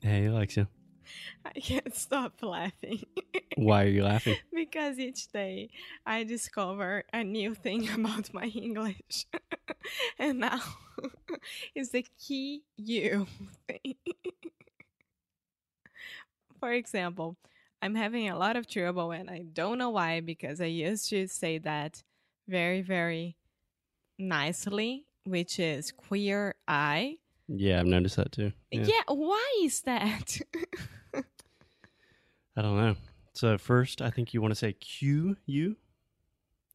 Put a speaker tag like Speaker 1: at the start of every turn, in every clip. Speaker 1: Hey, Alexia.
Speaker 2: I can't stop laughing
Speaker 1: Why are you laughing?
Speaker 2: because each day I discover a new thing about my English. and now is the key you thing. For example, I'm having a lot of trouble and I don't know why because I used to say that very, very nicely, which is queer eye.
Speaker 1: Yeah, I've noticed that too.
Speaker 2: Yeah, why is that?
Speaker 1: I don't know. So first, I think you want to say Q U.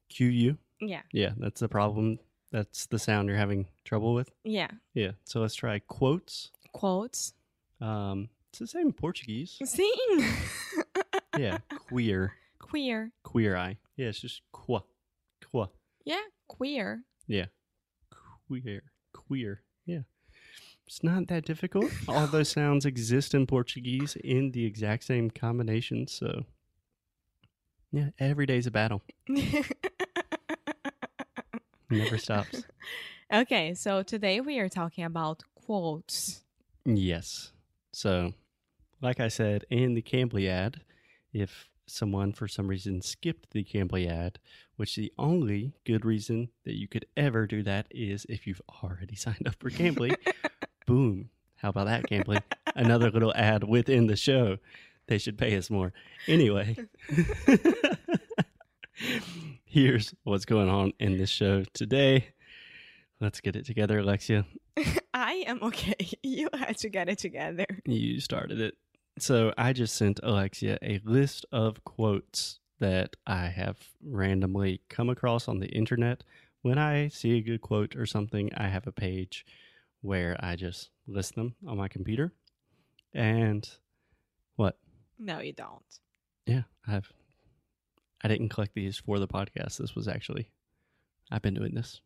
Speaker 1: Q U.
Speaker 2: yeah,
Speaker 1: Yeah, that's the problem. That's the sound you're having trouble with.
Speaker 2: yeah.
Speaker 1: Yeah. So let's try quotes.
Speaker 2: Quotes.
Speaker 1: Um, it's the same in Portuguese.
Speaker 2: Sim!
Speaker 1: Yeah, queer,
Speaker 2: queer.
Speaker 1: queer eye. Yeah, it's just qua, qua,
Speaker 2: Yeah, queer.
Speaker 1: queer, queer. Yeah. It's not that difficult. All those sounds exist in Portuguese in the exact same combination. So, yeah, every day's a battle. Never stops.
Speaker 2: okay, so today we are talking about quotes.
Speaker 1: Yes. So, like I said in the Cambly ad, if someone for some reason skipped the Cambly ad, which the only good reason that you could ever do that is if you've already signed up for Cambly, boom. How about that, Cambly? Another little ad within the show. They should pay us more. Anyway, here's what's going on in this show today. Let's get it together, Alexia.
Speaker 2: I am okay. You had to get it together.
Speaker 1: You started it. So I just sent Alexia a list of quotes that I have randomly come across on the internet. When I see a good quote or something, I have a page where I just list them on my computer. And what?
Speaker 2: No, you don't.
Speaker 1: Yeah, I've I didn't collect these for the podcast. This was actually I've been doing this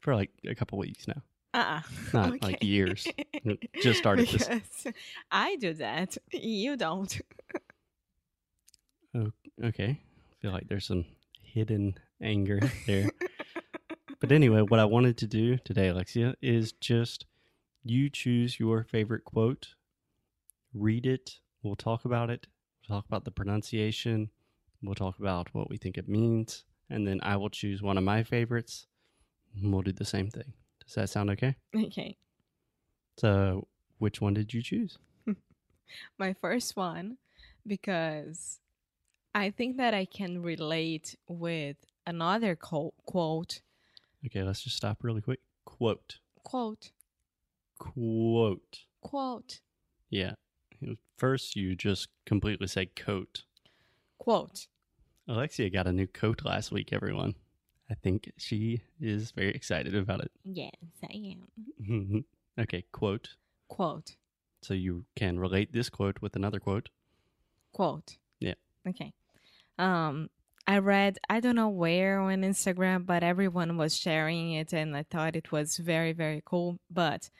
Speaker 1: for like a couple weeks now.
Speaker 2: Uh-uh.
Speaker 1: Not like years. Just started this.
Speaker 2: Because I do that. You don't.
Speaker 1: Okay. I feel like there's some hidden anger there. but anyway, what I wanted to do today, Alexia, is just you choose your favorite quote, read it, we'll talk about it, we'll talk about the pronunciation, we'll talk about what we think it means, and then I will choose one of my favorites and we'll do the same thing. Does that sound okay?
Speaker 2: Okay.
Speaker 1: So, which one did you choose?
Speaker 2: my first one because I think that I can relate with another co- quote
Speaker 1: Okay, let's just stop really quick. Quote.
Speaker 2: quote
Speaker 1: Quote.
Speaker 2: quote
Speaker 1: Yeah. First, you just completely said coat.
Speaker 2: quote.
Speaker 1: Alexia got a new coat last week, everyone. I think she is very excited about
Speaker 2: Yes, I am.
Speaker 1: it. okay, quote.
Speaker 2: Quote
Speaker 1: So you can relate this quote with another quote.
Speaker 2: quote.
Speaker 1: Yeah.
Speaker 2: Okay. Um I read I don't know where on Instagram, but everyone was sharing it and I thought it was very, very cool. But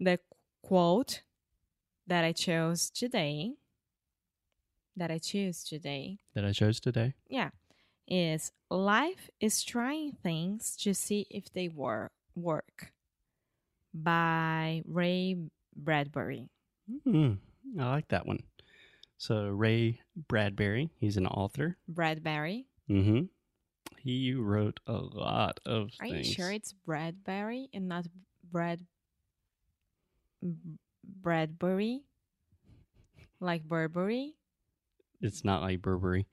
Speaker 2: the quote that I chose today that I choose today
Speaker 1: that I chose today.
Speaker 2: yeah is life is trying things to see if they wor- work by ray bradbury
Speaker 1: Mm, I like that one. So Ray Bradbury, he's an author.
Speaker 2: bradbury
Speaker 1: Mm-hmm. He wrote a lot of
Speaker 2: are
Speaker 1: things.
Speaker 2: you sure it's bradbury and not brad B- bradbury like burberry
Speaker 1: it's not like Burberry.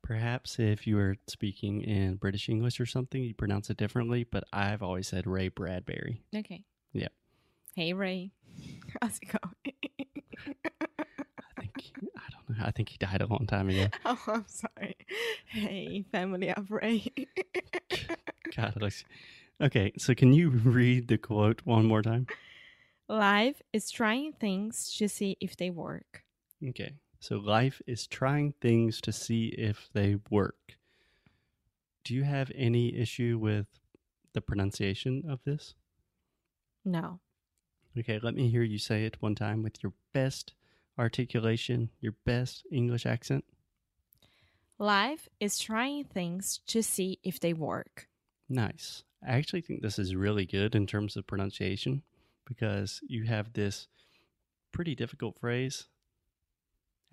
Speaker 1: Perhaps if you were speaking in British English or something, you pronounce it differently, but I've always said Ray Bradbury.
Speaker 2: okay
Speaker 1: Yeah.
Speaker 2: hey ray how's it going
Speaker 1: I think I don't know. I think he died a long time ago.
Speaker 2: oh i'm sorry hey family of ray
Speaker 1: God, Alex. Okay, so can you read the quote one more time?
Speaker 2: Life is trying things to see if they work.
Speaker 1: Okay. So life is trying things to see if they work. Do you have any issue with the pronunciation of this?
Speaker 2: No.
Speaker 1: Okay, let me hear you say it one time with your best articulation, your best English accent.
Speaker 2: Life is trying things to see if they work.
Speaker 1: Nice. I actually think this is really good in terms of pronunciation because you have this pretty difficult phrase.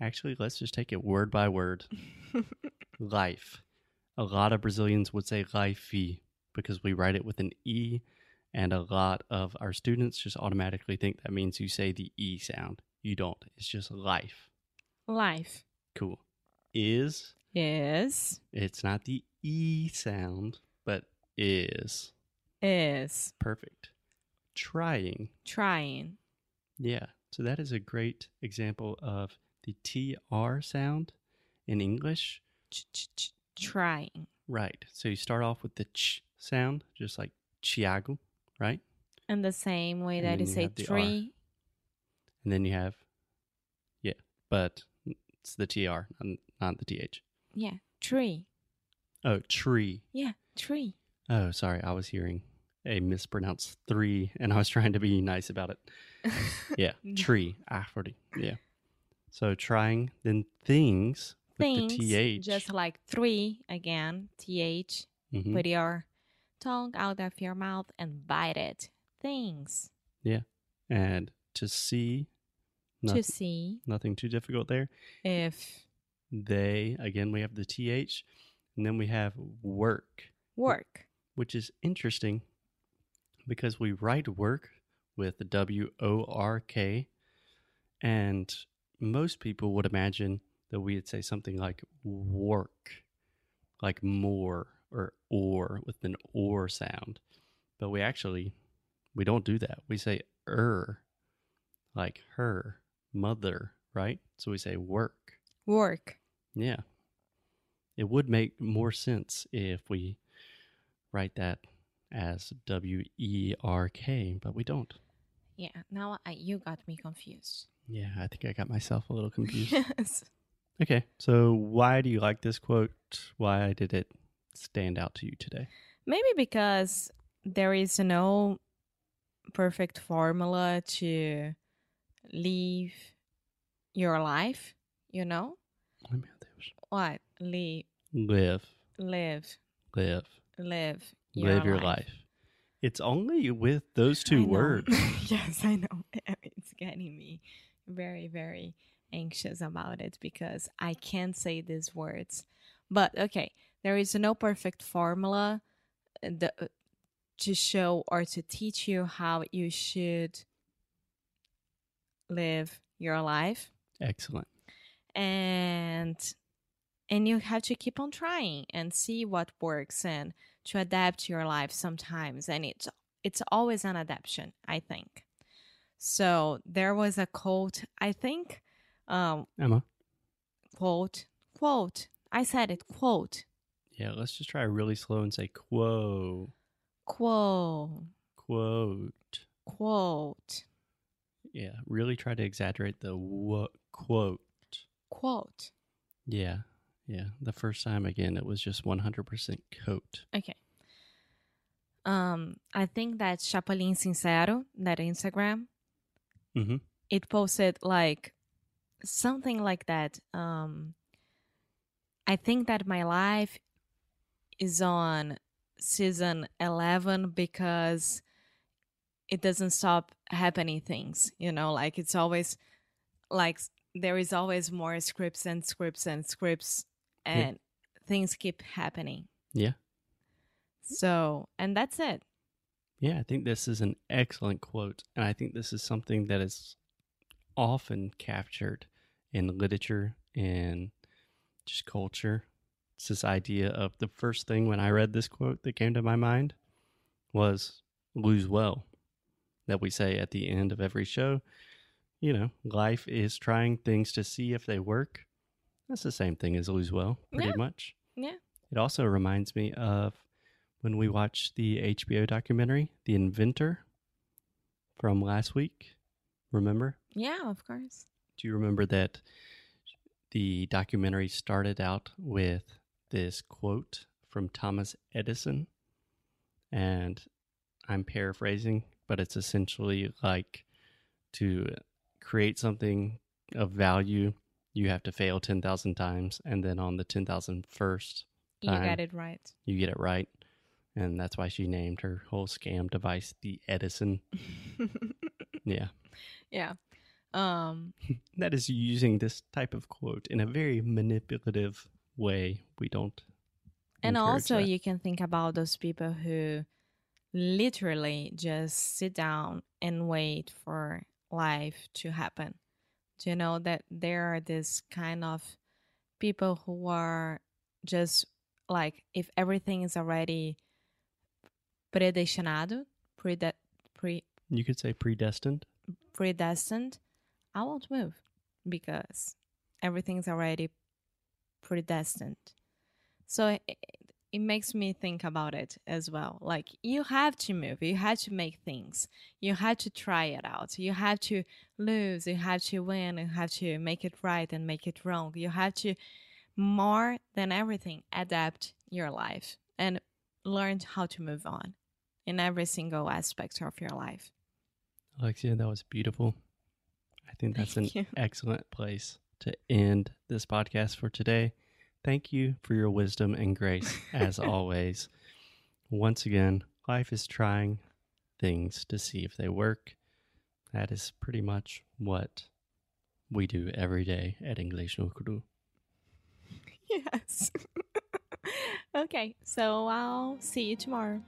Speaker 1: Actually, let's just take it word by word. life. A lot of Brazilians would say lifey because we write it with an E, and a lot of our students just automatically think that means you say the E sound. You don't. It's just life.
Speaker 2: Life.
Speaker 1: Cool. Is,
Speaker 2: Is.
Speaker 1: it's not the E sound, but is.
Speaker 2: Is.
Speaker 1: Perfect. Trying.
Speaker 2: Trying.
Speaker 1: Yeah. So that is a great example of the TR sound in English.
Speaker 2: Ch- ch- ch- Trying.
Speaker 1: Right. So you start off with the ch sound, just like Chiago, right?
Speaker 2: In the same way
Speaker 1: And
Speaker 2: that
Speaker 1: then
Speaker 2: you
Speaker 1: Mm, you
Speaker 2: say
Speaker 1: have the R.
Speaker 2: tree.
Speaker 1: And then you have, yeah, but it's the TR, n- not the TH.
Speaker 2: Yeah. Tree.
Speaker 1: Oh, tree.
Speaker 2: Yeah. Tree.
Speaker 1: Oh, sorry. I was hearing a mispronounced three and I was trying to be nice about it. Yeah.
Speaker 2: No.
Speaker 1: tree. Árvore. Yeah. So trying, then things with the
Speaker 2: Things.
Speaker 1: TH.
Speaker 2: Just like three again. TH.
Speaker 1: Mhm.
Speaker 2: Put your tongue out of your mouth and bite it. Things.
Speaker 1: and to see, nothing,
Speaker 2: To see
Speaker 1: nothing too difficult there.
Speaker 2: if
Speaker 1: They, again, we have the TH, and then we have work,
Speaker 2: work.
Speaker 1: which is interesting because we write work with the W O R K, and most people would imagine that we'd say something like work, like more or or with an or sound, but we actually we don't do that. We say er, like her mother, right? So we say work.
Speaker 2: Work.
Speaker 1: Yeah. It would make more sense if we write that as W E R K, but we don't.
Speaker 2: Yeah. Now I, you got me confused.
Speaker 1: Yeah, I think I got myself a little confused.
Speaker 2: yes.
Speaker 1: okay, so why do you like this quote? Why did it stand out to you today?
Speaker 2: Maybe because there is no perfect formula to live your life, you know?
Speaker 1: Let me have those.
Speaker 2: What? Live,
Speaker 1: Live,
Speaker 2: live,
Speaker 1: live,
Speaker 2: live.
Speaker 1: live your life. It's only with those
Speaker 2: I
Speaker 1: two
Speaker 2: know.
Speaker 1: words.
Speaker 2: yes, I know. It's getting me very, very anxious about it because I can't say these words. But okay, there is no perfect formula uh, the, uh, to show or to teach you how you should live your life
Speaker 1: Excellent.
Speaker 2: and and you have to keep on trying and see what works and to adapt your life sometimes and it's it's always an adaptation i think so there was a quote i think um
Speaker 1: Emma?
Speaker 2: quote quote i said it quote
Speaker 1: Yeah, let's just try really slow and say quo,
Speaker 2: quote
Speaker 1: quote.
Speaker 2: quote
Speaker 1: Yeah, really try to exaggerate the wo- quote.
Speaker 2: quote
Speaker 1: Yeah, yeah. The first time again, it was just 100% coat.
Speaker 2: Okay. Um, I think that Chapolin Sincero, that Instagram,
Speaker 1: Mhm.
Speaker 2: it posted like something like that. Um, I think that my life is on season 11 because it doesn't stop happening things, you know, like it's always like s- there is always more scripts and scripts and scripts and things keep happening.
Speaker 1: Yeah.
Speaker 2: So, and that's it.
Speaker 1: Yeah, I think this is an excellent quote. And I think this is something that is often captured in literature and just culture. It's this idea of the first thing when I read this quote that came to my mind was lose well, that we say at the end of every show. You know, life is trying things to see if they work. That's the same thing as lose well, pretty
Speaker 2: Yeah.
Speaker 1: much.
Speaker 2: Yeah.
Speaker 1: It also reminds me of when we watched the HBO documentary, The Inventor, from last week. Remember?
Speaker 2: Yeah, of course.
Speaker 1: Do you remember that the documentary started out with this quote from Thomas Edison? And I'm paraphrasing, but it's essentially like to create something of value, you have to fail 10,000 times. And then on the 10,001st
Speaker 2: You
Speaker 1: Fine.
Speaker 2: got it right.
Speaker 1: you get it right. And that's why she named her whole scam device the Edison. Yeah.
Speaker 2: yeah. Um,
Speaker 1: That is using this type of quote in a very manipulative way. We don't.
Speaker 2: and
Speaker 1: encourage
Speaker 2: also,
Speaker 1: that.
Speaker 2: you can think about those people who literally just sit down and wait for life to happen. Do you know that there are this kind of people who are just like if everything is already predestinado, prede- pre
Speaker 1: you could say predestined.
Speaker 2: predestined, I won't move because everything's already predestined. So it, it makes me think about it as well. Like you have to move, you have to make things, you have to try it out, you have to lose, you have to win, you have to make it right and make it wrong. You have to more than everything adapt your life and learn how to move on in every single aspect of your life.
Speaker 1: Alexia, that was beautiful. I think that's
Speaker 2: Thank
Speaker 1: an
Speaker 2: you.
Speaker 1: excellent place to end this podcast for today. Thank you for your wisdom and grace, as always. Once again, life is trying things to see if they work. That is pretty much what we do every day at English no Kuru.
Speaker 2: Yes. okay, so I'll see you tomorrow.